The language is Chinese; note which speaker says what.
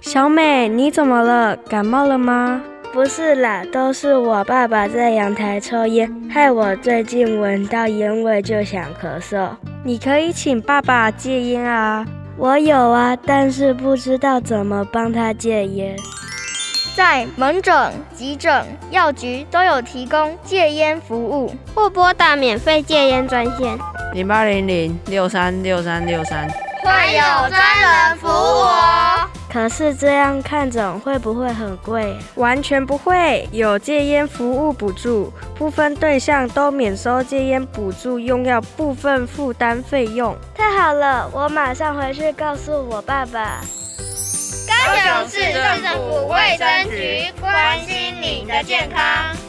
Speaker 1: 小美，你怎么了？感冒了吗？
Speaker 2: 不是啦，都是我爸爸在阳台抽烟，害我最近闻到烟味就想咳嗽。
Speaker 1: 你可以请爸爸戒烟啊。
Speaker 2: 我有啊，但是不知道怎么帮他戒烟。
Speaker 3: 在门诊、急诊、药局都有提供戒烟服务，或拨打免费戒烟专线，
Speaker 4: 零八零零六三六三六三。
Speaker 5: 会有专人服务哦。
Speaker 2: 可是这样看诊会不会很贵？
Speaker 1: 完全不会，有戒烟服务补助，部分对象都免收戒烟补助用药部分负担费用。
Speaker 2: 太好了，我马上回去告诉我爸爸。
Speaker 5: 高雄市政府卫生局关心您的健康。